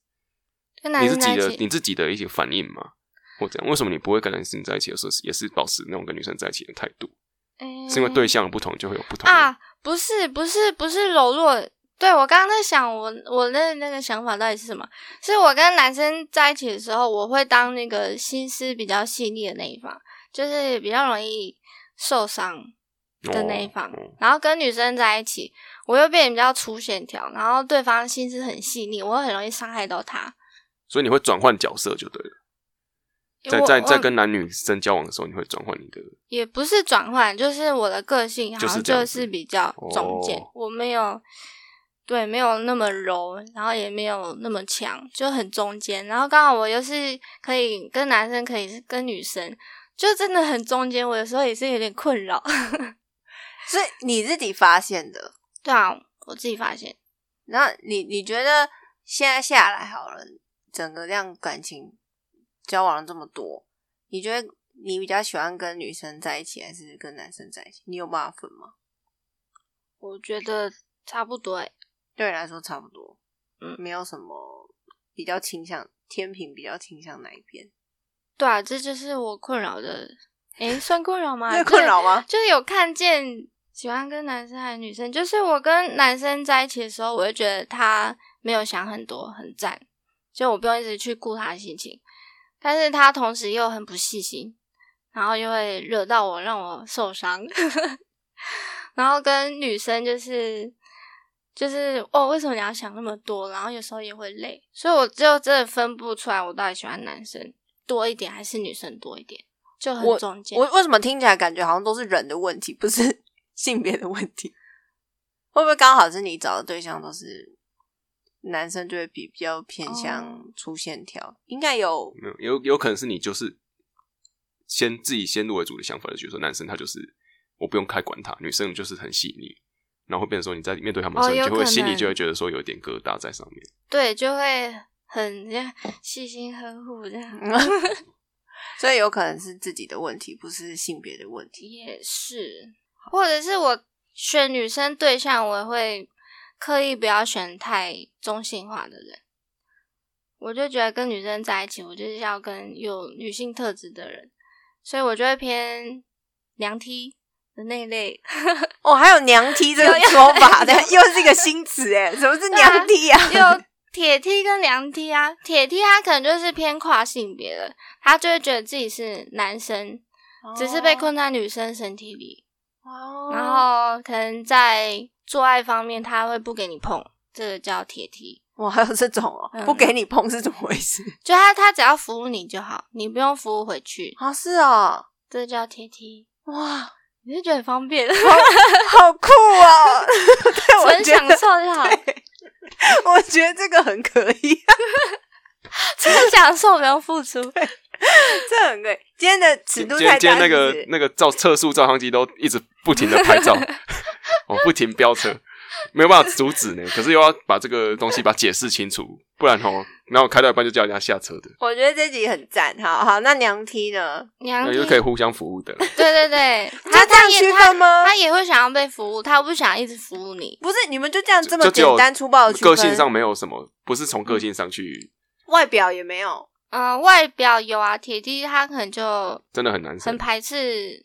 [SPEAKER 3] 跟男
[SPEAKER 1] 你自
[SPEAKER 3] 生在
[SPEAKER 1] 己
[SPEAKER 3] 一
[SPEAKER 1] 的
[SPEAKER 3] 起，
[SPEAKER 1] 你自己的一些反应吗？或怎样？为什么你不会跟男生在一起的时候，也是保持那种跟女生在一起的态度？
[SPEAKER 3] 诶
[SPEAKER 1] 是因为对象的不同，就会有不同的
[SPEAKER 3] 嗯啊，不是不是不是柔弱，对我刚刚在想我我的那个想法到底是什么？是我跟男生在一起的时候，我会当那个心思比较细腻的那一方，就是比较容易受伤的那一方。
[SPEAKER 1] 哦哦
[SPEAKER 3] 然后跟女生在一起，我又变得比较粗线条，然后对方心思很细腻，我会很容易伤害到他。
[SPEAKER 1] 所以你会转换角色就对了。在
[SPEAKER 3] 我
[SPEAKER 1] 在
[SPEAKER 3] 我
[SPEAKER 1] 在跟男女生交往的时候，你会转换你的
[SPEAKER 3] 也不是转换，就是我的个性好
[SPEAKER 1] 就是
[SPEAKER 3] 像
[SPEAKER 1] 这样
[SPEAKER 3] 就
[SPEAKER 1] 子
[SPEAKER 3] 是比较中间，
[SPEAKER 1] 哦
[SPEAKER 3] 我没有对没有那么柔，然后也没有那么强，就很中间。然后刚好我又是可以跟男生，可以是跟女生，就真的很中间。我有时候也是有点困扰。
[SPEAKER 2] 是你自己发现的，
[SPEAKER 3] 对啊，我自己发现，
[SPEAKER 2] 那你你觉得现在下来好了，整个这样感情交往了这么多，你觉得你比较喜欢跟女生在一起，还是跟男生在一起？你有办法分吗？
[SPEAKER 3] 我觉得差不多、欸。
[SPEAKER 2] 对你来说差不多。
[SPEAKER 3] 嗯
[SPEAKER 2] 没有什么比较倾向天平，比较倾向哪一边？
[SPEAKER 3] 对啊，这就是我困扰的，诶，算困 扰吗？
[SPEAKER 2] 这困扰吗？
[SPEAKER 3] 就是有看见喜欢跟男生还是女生，就是我跟男生在一起的时候，我会觉得他没有想很多，很赞，就我不用一直去顾他的心情。但是他同时又很不细心，然后又会惹到我，让我受伤。 然后跟女生就是就是哦，为什么你要想那么多？然后有时候也会累，所以我就真的分不出来，我到底喜欢男生多一点还是女生多一点，就很中间。
[SPEAKER 2] 我为什么听起来感觉好像都是人的问题，不是 性别的问题？会不会刚好是你找的对象都是男生，就会比比较偏向
[SPEAKER 3] 哦
[SPEAKER 2] 粗线条？应该有
[SPEAKER 1] 没有，有有可能是你就是先自己先入为主的想法，就觉得说男生他就是我不用太管他，女生就是很细腻，然后会变成说你在面对他们的时候，
[SPEAKER 3] 哦
[SPEAKER 1] 你
[SPEAKER 3] 有
[SPEAKER 1] 就会
[SPEAKER 3] 可
[SPEAKER 1] 心里
[SPEAKER 3] 能
[SPEAKER 1] 就会觉得说有一点疙瘩在上面。
[SPEAKER 3] 对，就会很这样细心呵护这样。
[SPEAKER 2] 所以有可能是自己的问题，不是性别的问题。
[SPEAKER 3] 也是，或者是我选女生对象，我也会刻意不要选太中性化的人。我就觉得跟女生在一起，我就是要跟有女性特质的人，所以我就会偏凉梯的那一类。
[SPEAKER 2] 哦，还有娘梯这个说法，对，又是一个新词哎，什么是娘梯啊？
[SPEAKER 3] 有铁梯跟凉梯啊，铁梯他可能就是偏跨性别的，他就会觉得自己是男生，只是被困在女生身体里。
[SPEAKER 2] 哦，
[SPEAKER 3] 然后可能在做爱方面，他会不给你碰，这个叫铁蹄。
[SPEAKER 2] 哇，还有这种哦，
[SPEAKER 3] 嗯
[SPEAKER 2] 不给你碰是怎么回 事？
[SPEAKER 3] 就他他只要服务你就好，你不用服务回去，
[SPEAKER 2] 啊，是哦，
[SPEAKER 3] 这个叫铁蹄。
[SPEAKER 2] 哇，
[SPEAKER 3] 你就觉得很方便，
[SPEAKER 2] 好酷哦！ 对，我
[SPEAKER 3] 纯
[SPEAKER 2] 觉
[SPEAKER 3] 享
[SPEAKER 2] 得，
[SPEAKER 3] 受就好，
[SPEAKER 2] 我觉得这个很可以，
[SPEAKER 3] 纯享受不用付出。
[SPEAKER 2] 这很可以。今天的尺
[SPEAKER 1] 今
[SPEAKER 2] 度
[SPEAKER 1] 今天
[SPEAKER 2] 太
[SPEAKER 1] 今天那
[SPEAKER 2] 大是不
[SPEAKER 1] 个
[SPEAKER 2] 是，
[SPEAKER 1] 那个照测速照相机都一直不停的拍照，哦，不停飙车，没有办法阻止呢。可是又要把这个东西把它解释清楚，不然哦，然后开到一半就叫人家下车的，
[SPEAKER 2] 我觉得这集很赞。好好，那娘梯呢？
[SPEAKER 3] 娘
[SPEAKER 1] 那
[SPEAKER 3] 梯
[SPEAKER 1] 就，可以互相服务的啦。
[SPEAKER 3] 对对对，
[SPEAKER 2] 就
[SPEAKER 3] 他
[SPEAKER 2] 这样
[SPEAKER 3] 他也
[SPEAKER 2] 区
[SPEAKER 3] 他
[SPEAKER 2] 分吗？
[SPEAKER 3] 他也会想要被服务，他不想一直服务你。
[SPEAKER 2] 不是，你们就这样这么
[SPEAKER 1] 就只有
[SPEAKER 2] 简单粗暴的区分，
[SPEAKER 1] 个性上没有什么，不是从个性上去，
[SPEAKER 2] 外表也没有。
[SPEAKER 3] 嗯，外表有啊，铁梯他可能就
[SPEAKER 1] 真的很难
[SPEAKER 3] 很
[SPEAKER 1] 生。
[SPEAKER 3] 排斥，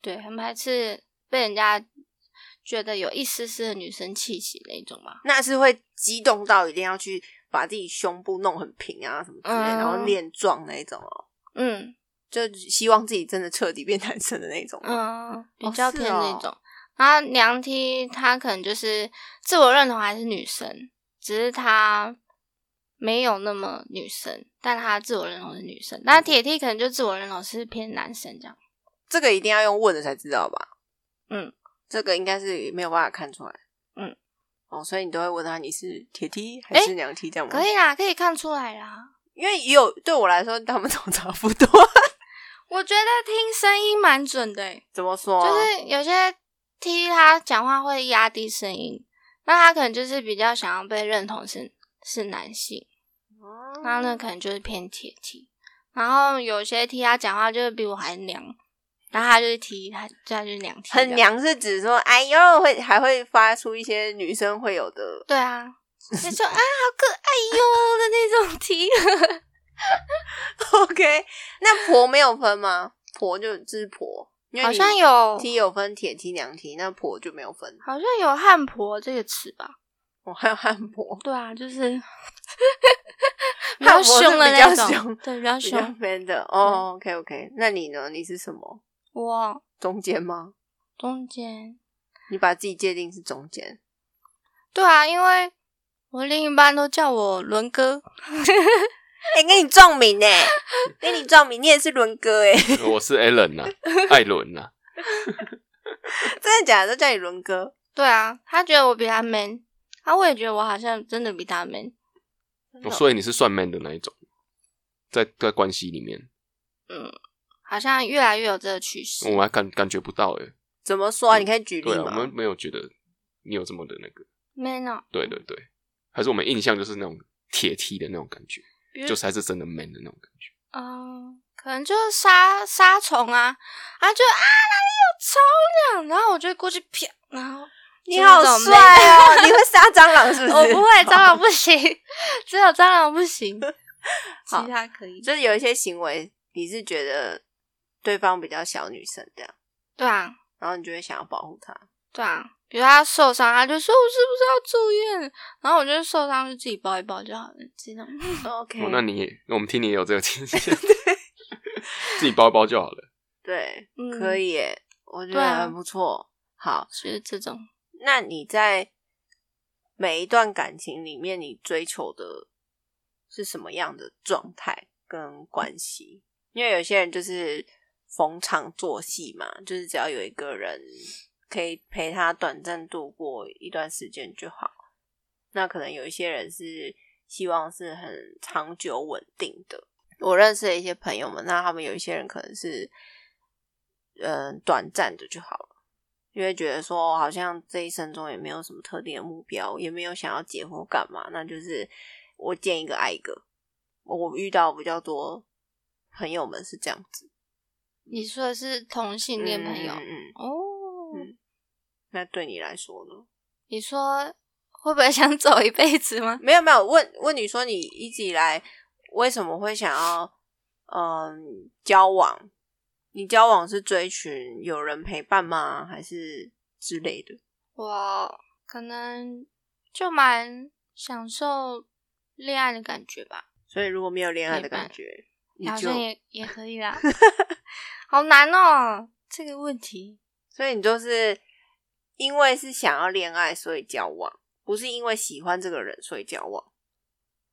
[SPEAKER 3] 对，很排斥被人家觉得有一丝丝的女生气息那种嘛。
[SPEAKER 2] 那是会激动到一定要去把自己胸部弄很平啊什么之类，
[SPEAKER 3] 嗯
[SPEAKER 2] 然后练壮那一种哦，
[SPEAKER 3] 嗯
[SPEAKER 2] 就希望自己真的彻底变男生的那种。，
[SPEAKER 3] 嗯，比
[SPEAKER 2] 哦
[SPEAKER 3] 较
[SPEAKER 2] 是
[SPEAKER 3] 偏那
[SPEAKER 2] 哦
[SPEAKER 3] 种。然后娘梯她可能就是自我认同还是女生，只是她没有那么女生，但她自我认同是女生。那铁梯可能就自我认同是偏男生这样。
[SPEAKER 2] 这个一定要用问的才知道吧？
[SPEAKER 3] 嗯，
[SPEAKER 2] 这个应该是没有办法看出来。
[SPEAKER 3] 嗯，
[SPEAKER 2] 哦，所以你都会问他你是铁梯还是娘梯这样吗？
[SPEAKER 3] 可，以啦，可以看出来啦。
[SPEAKER 2] 因为也有对我来说，他们都差不 多。
[SPEAKER 3] 我觉得听声音蛮准的、欸，
[SPEAKER 2] 怎么说？啊
[SPEAKER 3] 就是有些 T 他讲话会压低声音，那他可能就是比较想要被认同是是男性，那
[SPEAKER 2] 嗯
[SPEAKER 3] 那可能就是偏铁 T。然后有些 T 他讲话就是比我还娘，然后他就是 T，他他就是娘 T，
[SPEAKER 2] 很。娘是指说，哎呦，会还会发出一些女生会有的
[SPEAKER 3] 对 啊，就说啊，好可爱哟的那种 T。
[SPEAKER 2] OK，那婆没有分吗？婆就就是婆，因为
[SPEAKER 3] 好像有
[SPEAKER 2] 梯有分铁梯、娘梯，那婆就没有分。
[SPEAKER 3] 好像有汉婆这个词吧？
[SPEAKER 2] 我还有汉婆，
[SPEAKER 3] 对啊，就是 比
[SPEAKER 2] 汉
[SPEAKER 3] 较
[SPEAKER 2] 婆是
[SPEAKER 3] 凶的
[SPEAKER 2] 比较
[SPEAKER 3] 那种
[SPEAKER 2] 凶，
[SPEAKER 3] 对，比较
[SPEAKER 2] 比较
[SPEAKER 3] 凶。
[SPEAKER 2] man 的。哦、o k OK，那你呢？你是什么
[SPEAKER 3] 我
[SPEAKER 2] 中间吗？
[SPEAKER 3] 中间
[SPEAKER 2] 你把自己界定是中间，
[SPEAKER 3] 对啊，因为我另一半都叫我伦哥，
[SPEAKER 2] 哎、跟你撞名呢、跟你撞名，你也是伦哥哎、
[SPEAKER 1] 我是 Allen 呐、艾伦呐、
[SPEAKER 2] 真的假的？都叫你伦哥，
[SPEAKER 3] 对啊，他觉得我比他 man，啊，我也觉得我好像真的比他 man，
[SPEAKER 1] 哦所以你是算 man 的那一种，在在关系里面，
[SPEAKER 3] 好像越来越有这个趋势。
[SPEAKER 2] 哦
[SPEAKER 1] 我还感感觉不到诶、
[SPEAKER 2] 怎么说啊？你可以举例
[SPEAKER 1] 对啊，
[SPEAKER 2] 吗？
[SPEAKER 1] 我们没有觉得你有这么的那个，
[SPEAKER 3] man 哦，
[SPEAKER 1] 对对对，还是我们印象就是那种铁梯的那种感觉，
[SPEAKER 3] 比如
[SPEAKER 1] 就才是真的 man 的那种感觉。
[SPEAKER 3] 嗯、可能就是杀杀虫啊，啊就啊哪里有虫这样，然后我就过去啪，然后
[SPEAKER 2] 你好帅哦！你会杀蟑螂是不是？
[SPEAKER 3] 我不会，蟑螂不行，只有蟑螂不 行，
[SPEAKER 2] 好
[SPEAKER 3] 其他可 以。
[SPEAKER 2] 就是有一些行为，你是觉得对方比较小女生这样，
[SPEAKER 3] 对啊，
[SPEAKER 2] 然后你就会想要保护 她。
[SPEAKER 3] 对啊，比如他受伤，他就说我是不是要住院？然后我就受伤就自己抱一抱就好了，这种。
[SPEAKER 2] OK，
[SPEAKER 1] 哦，那你也我们听你也有这个经验，自己包一包就好了。
[SPEAKER 2] 对，
[SPEAKER 3] 嗯
[SPEAKER 2] 可以耶，我觉
[SPEAKER 3] 对
[SPEAKER 2] 得
[SPEAKER 3] 啊
[SPEAKER 2] 很不错。好，
[SPEAKER 3] 就是这种。
[SPEAKER 2] 那你在每一段感情里面，你追求的是什么样的状态跟关系？因为有些人就是逢场作戏嘛，就是只要有一个人可以陪他短暂度过一段时间就好。那可能有一些人是希望是很长久稳定的。我认识的一些朋友们，那他们有一些人可能是，嗯，短暂的就好了。因为觉得说好像这一生中也没有什么特定的目标，也没有想要结婚干嘛，那就是我见一个爱一个。我遇到比较多朋友们是这样子，
[SPEAKER 3] 你说的是同性恋朋友、
[SPEAKER 2] 嗯嗯，嗯
[SPEAKER 3] 哦？
[SPEAKER 2] 嗯那对你来说呢？
[SPEAKER 3] 你说会不会想走一辈子吗？
[SPEAKER 2] 没有没有，问问你说你一直以来为什么会想要嗯交往？你交往是追寻有人陪伴吗？还是之类的？
[SPEAKER 3] 我可能就蛮享受恋爱的感觉吧，
[SPEAKER 2] 所以如果没有恋爱的
[SPEAKER 3] 陪伴
[SPEAKER 2] 感觉，你
[SPEAKER 3] 好
[SPEAKER 2] 就
[SPEAKER 3] 像也也可以 啦。好难哦，这个问题。
[SPEAKER 2] 所以你就是因为是想要恋爱，所以交往，不是因为喜欢这个人所以交往。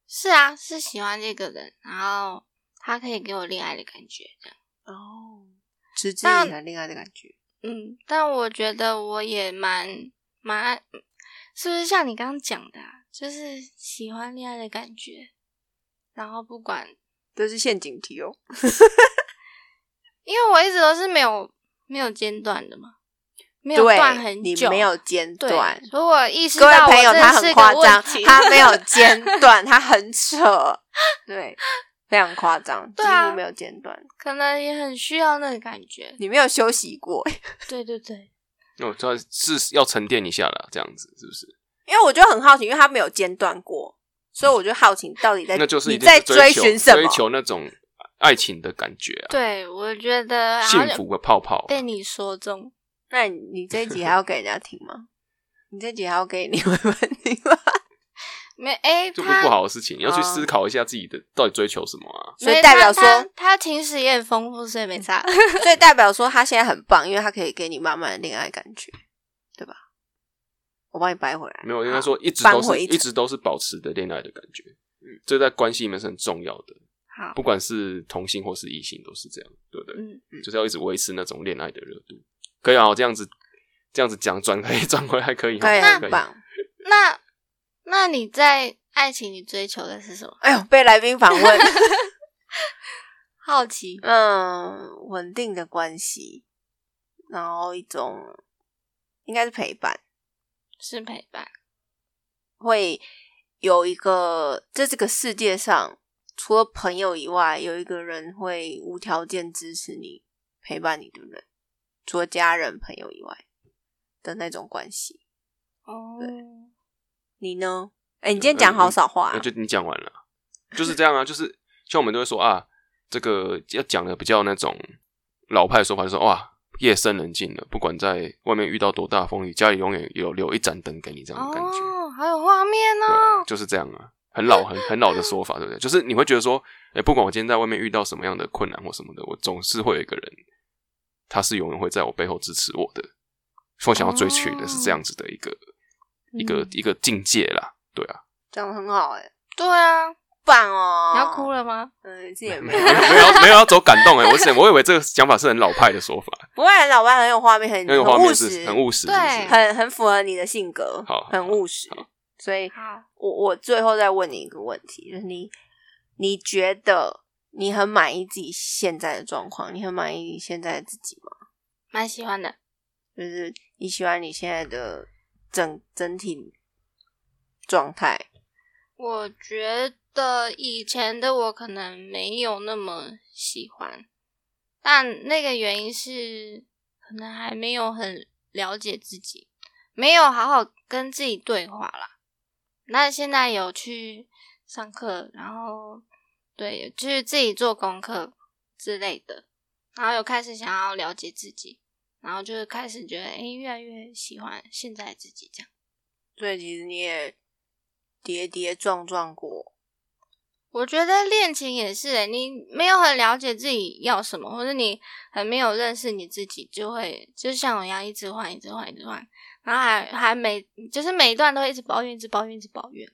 [SPEAKER 3] 是啊，是喜欢这个人，然后他可以给我恋爱的感觉，这样。
[SPEAKER 2] 哦，直接
[SPEAKER 3] 那
[SPEAKER 2] 以来恋爱的感觉。
[SPEAKER 3] 嗯，但我觉得我也蛮蛮爱，是不是像你刚刚讲的、啊，就是喜欢恋爱的感觉，然后不管
[SPEAKER 2] 这是陷阱题哦，
[SPEAKER 3] 因为我一直都是没有没有间断的嘛，没有
[SPEAKER 2] 对
[SPEAKER 3] 断，很
[SPEAKER 2] 你
[SPEAKER 3] 久，
[SPEAKER 2] 没有间
[SPEAKER 3] 对
[SPEAKER 2] 断。
[SPEAKER 3] 所以我意识
[SPEAKER 2] 各位
[SPEAKER 3] 到我
[SPEAKER 2] 朋友，
[SPEAKER 3] 这
[SPEAKER 2] 他
[SPEAKER 3] 是
[SPEAKER 2] 很
[SPEAKER 3] 个
[SPEAKER 2] 夸张
[SPEAKER 3] 问题，
[SPEAKER 2] 他没 有间断，他很扯，对，非常夸张，几
[SPEAKER 3] 对啊
[SPEAKER 2] 乎没有间断。
[SPEAKER 3] 可能也很需要那个感觉。
[SPEAKER 2] 你没有休息过，
[SPEAKER 3] 对 对对，
[SPEAKER 1] 哦，这是要沉淀一下啦，这样子是不是？
[SPEAKER 2] 因为我就很好奇，因为他没有间断过，所以我就好奇到底在
[SPEAKER 1] 那就是
[SPEAKER 2] 你
[SPEAKER 1] 一定
[SPEAKER 2] 在
[SPEAKER 1] 是
[SPEAKER 2] 追
[SPEAKER 1] 求
[SPEAKER 2] 寻什么
[SPEAKER 1] 追？求那种爱情的感觉啊，
[SPEAKER 3] 对啊我觉得好
[SPEAKER 1] 幸
[SPEAKER 3] 像
[SPEAKER 1] 福的泡啊泡。
[SPEAKER 3] 被你说中，
[SPEAKER 2] 那你你这一集还要给人家听吗？你这集还要给你们听吗？
[SPEAKER 3] 没哎，
[SPEAKER 1] 这不
[SPEAKER 3] 他嗯
[SPEAKER 1] 不好的事情，你要去
[SPEAKER 2] 哦
[SPEAKER 1] 思考一下自己的到底追求什么啊？
[SPEAKER 2] 所以
[SPEAKER 3] 没
[SPEAKER 2] 代表
[SPEAKER 3] 他
[SPEAKER 2] 说
[SPEAKER 3] 他他情史也很丰富，所以 没差。
[SPEAKER 2] 所以代表说他现在很棒，因为他可以给你满满的恋爱感觉，对吧？我帮你掰回来，
[SPEAKER 1] 没有，应该说一直
[SPEAKER 2] 搬
[SPEAKER 1] 都是
[SPEAKER 2] 回一层
[SPEAKER 1] 一直都是保持的恋爱的感觉，嗯这在关系里面是很重要的，
[SPEAKER 3] 好，
[SPEAKER 1] 不管是同性或是异性都是这样，对不对？
[SPEAKER 3] 嗯，
[SPEAKER 1] 就是要一直维持那种恋爱的热度。可以啊，这样子这样子讲转可以转回来可以哈，
[SPEAKER 2] 可以
[SPEAKER 1] 可
[SPEAKER 2] 很
[SPEAKER 1] 以。
[SPEAKER 2] 棒。
[SPEAKER 3] 那那你在爱情里追求的是什么？
[SPEAKER 2] 哎呦，被来宾访问，
[SPEAKER 3] 好奇，
[SPEAKER 2] 嗯，稳定的关系，然后一种应该是陪伴，
[SPEAKER 3] 是陪伴，
[SPEAKER 2] 会有一个在这个世界上，除了朋友以外，有一个人会无条件支持你、陪伴你的人，除了家人、朋友以外的那种关系。
[SPEAKER 3] 哦，
[SPEAKER 2] 你呢？哎、你今天讲好少话、
[SPEAKER 1] 那
[SPEAKER 2] 啊，
[SPEAKER 1] 呃哎就你讲完了，就是这样啊，就是像我们都会说啊，这个要讲的比较那种老派的说法，就说哇。夜深人静了，不管在外面遇到多大的风雨，家里永远有留一盏灯给你，这样的感觉。
[SPEAKER 3] 哦，好有画面
[SPEAKER 1] 对啊
[SPEAKER 3] 哦，
[SPEAKER 1] 就是这样啊，很老很很老的说法，对不对？就是你会觉得说，哎、不管我今天在外面遇到什么样的困难或什么的，我总是会有一个人，他是永远会在我背后支持我的。我想要追求的是这样子的一个、一个
[SPEAKER 3] 嗯
[SPEAKER 1] 一个境界啦，对啊，
[SPEAKER 2] 讲的很好、哎，
[SPEAKER 3] 对啊，你
[SPEAKER 2] 棒哦！
[SPEAKER 3] 要哭了吗？
[SPEAKER 2] 嗯，这 也
[SPEAKER 1] 没
[SPEAKER 2] 没
[SPEAKER 1] 有
[SPEAKER 2] 有，
[SPEAKER 1] 没有没有要走感动哎、我是我以为这个想法是很老派的说法，
[SPEAKER 2] 不会很老外很有画面，嗯很
[SPEAKER 1] 那个画
[SPEAKER 2] 务
[SPEAKER 1] 面
[SPEAKER 2] 实，
[SPEAKER 1] 是很务实，是不
[SPEAKER 3] 对
[SPEAKER 1] 是？
[SPEAKER 2] 很很符合你的性格，
[SPEAKER 1] 好
[SPEAKER 2] 很务实。所以
[SPEAKER 3] 好，
[SPEAKER 2] 我我最后再问你一个问题，就是你你觉得你很满意自己现在的状况，你很满意你现在的自己吗？
[SPEAKER 3] 蛮喜欢的。
[SPEAKER 2] 就是你喜欢你现在的整整体状态？
[SPEAKER 3] 我觉得以前的我可能没有那么喜欢，但那个原因是可能还没有很了解自己，没有好好跟自己对话啦。那现在有去上课，然后对，有去自己做功课之类的，然后有开始想要了解自己，然后就是开始觉得，哎，越来越喜欢现在自己这样。
[SPEAKER 2] 所以其实你也跌跌撞撞过，
[SPEAKER 3] 我觉得恋情也是、欸，你没有很了解自己要什么，或者你很没有认识你自己，就会就像我一样一直换，一直换，一直换，然后还还每就是每一段都一直抱怨，一直抱怨，一直抱怨。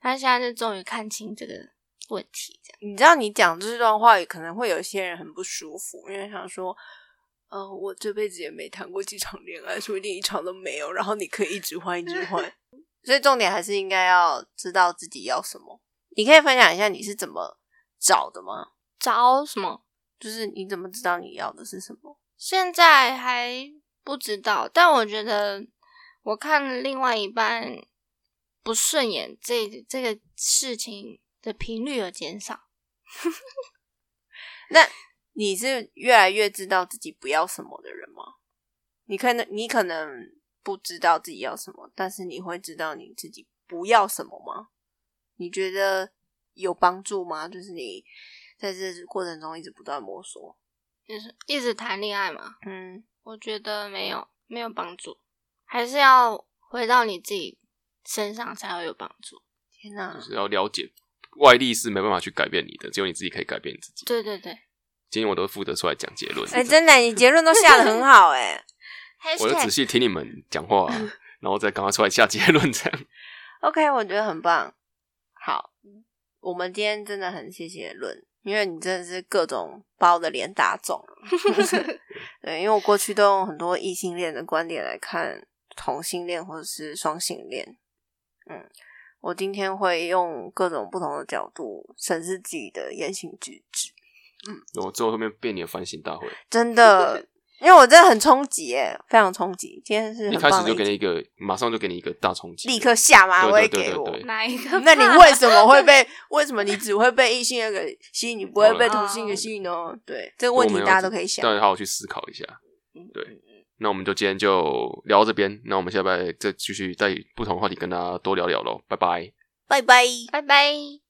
[SPEAKER 3] 他现在就终于看清这个问题，这样
[SPEAKER 2] 你知道你讲这段话，也可能会有些人很不舒服，因为想说，嗯、我这辈子也没谈过几场恋爱，说不定一场都没有。然后你可以一直换，一直换。所以重点还是应该要知道自己要什么。你可以分享一下你是怎么找的吗？
[SPEAKER 3] 找什么？
[SPEAKER 2] 就是你怎么知道你要的是什么？
[SPEAKER 3] 现在还不知道，但我觉得我看另外一半不顺眼这这个事情的频率有减少。
[SPEAKER 2] 你是越来越知道自己不要什么的人吗？你可能你可能不知道自己要什么，但是你会知道你自己不要什么吗？你觉得有帮助吗？就是你在这过程中一直不断摸索，
[SPEAKER 3] 就是一直谈恋爱嘛，
[SPEAKER 2] 嗯，
[SPEAKER 3] 我觉得没有没有帮助，还是要回到你自己身上才会有帮助。
[SPEAKER 2] 天哪
[SPEAKER 1] 就，是要了解外力是没办法去改变你的，只有你自己可以改变你自己。
[SPEAKER 3] 对对对，
[SPEAKER 1] 今天我都负责出来讲结论，
[SPEAKER 2] 哎、真的，你结论都下的很好、哎，
[SPEAKER 1] 我就仔细听你们讲话、 啊，然后再赶快出来下结论，这样
[SPEAKER 2] OK，我觉得很棒。好，我们今天真的很谢谢论，因为你真的是各种把我的脸打肿。对，因为我过去都用很多异性恋的观点来看同性恋或者是双性恋。嗯，我今天会用各种不同的角度审视自己的言行举止，
[SPEAKER 1] 我最后后面变你的反省大会，
[SPEAKER 2] 真的，因为我真的很冲击，耶，非常冲击。今天 是
[SPEAKER 1] 一
[SPEAKER 2] 很
[SPEAKER 1] 开
[SPEAKER 2] 棒
[SPEAKER 1] 始就
[SPEAKER 2] 的一
[SPEAKER 1] 给
[SPEAKER 2] 集，
[SPEAKER 1] 你一个，马上就给你一个大冲击，
[SPEAKER 2] 立刻下马
[SPEAKER 1] 对
[SPEAKER 2] 威
[SPEAKER 1] 对对
[SPEAKER 2] 给
[SPEAKER 1] 对
[SPEAKER 2] 我？
[SPEAKER 1] 对。
[SPEAKER 3] 哪一个
[SPEAKER 2] 那你为什么会被？为什么你只会被异性那个吸引，你不会被同性的吸引呢？对，哦这个问题大家都可以想嗯
[SPEAKER 1] 大。家好好去思考一下。对，那我们就今天就聊到这边，那我们下拜再继续带不同的话题跟大家多聊聊喽，拜拜。
[SPEAKER 2] 拜拜。
[SPEAKER 3] 拜拜。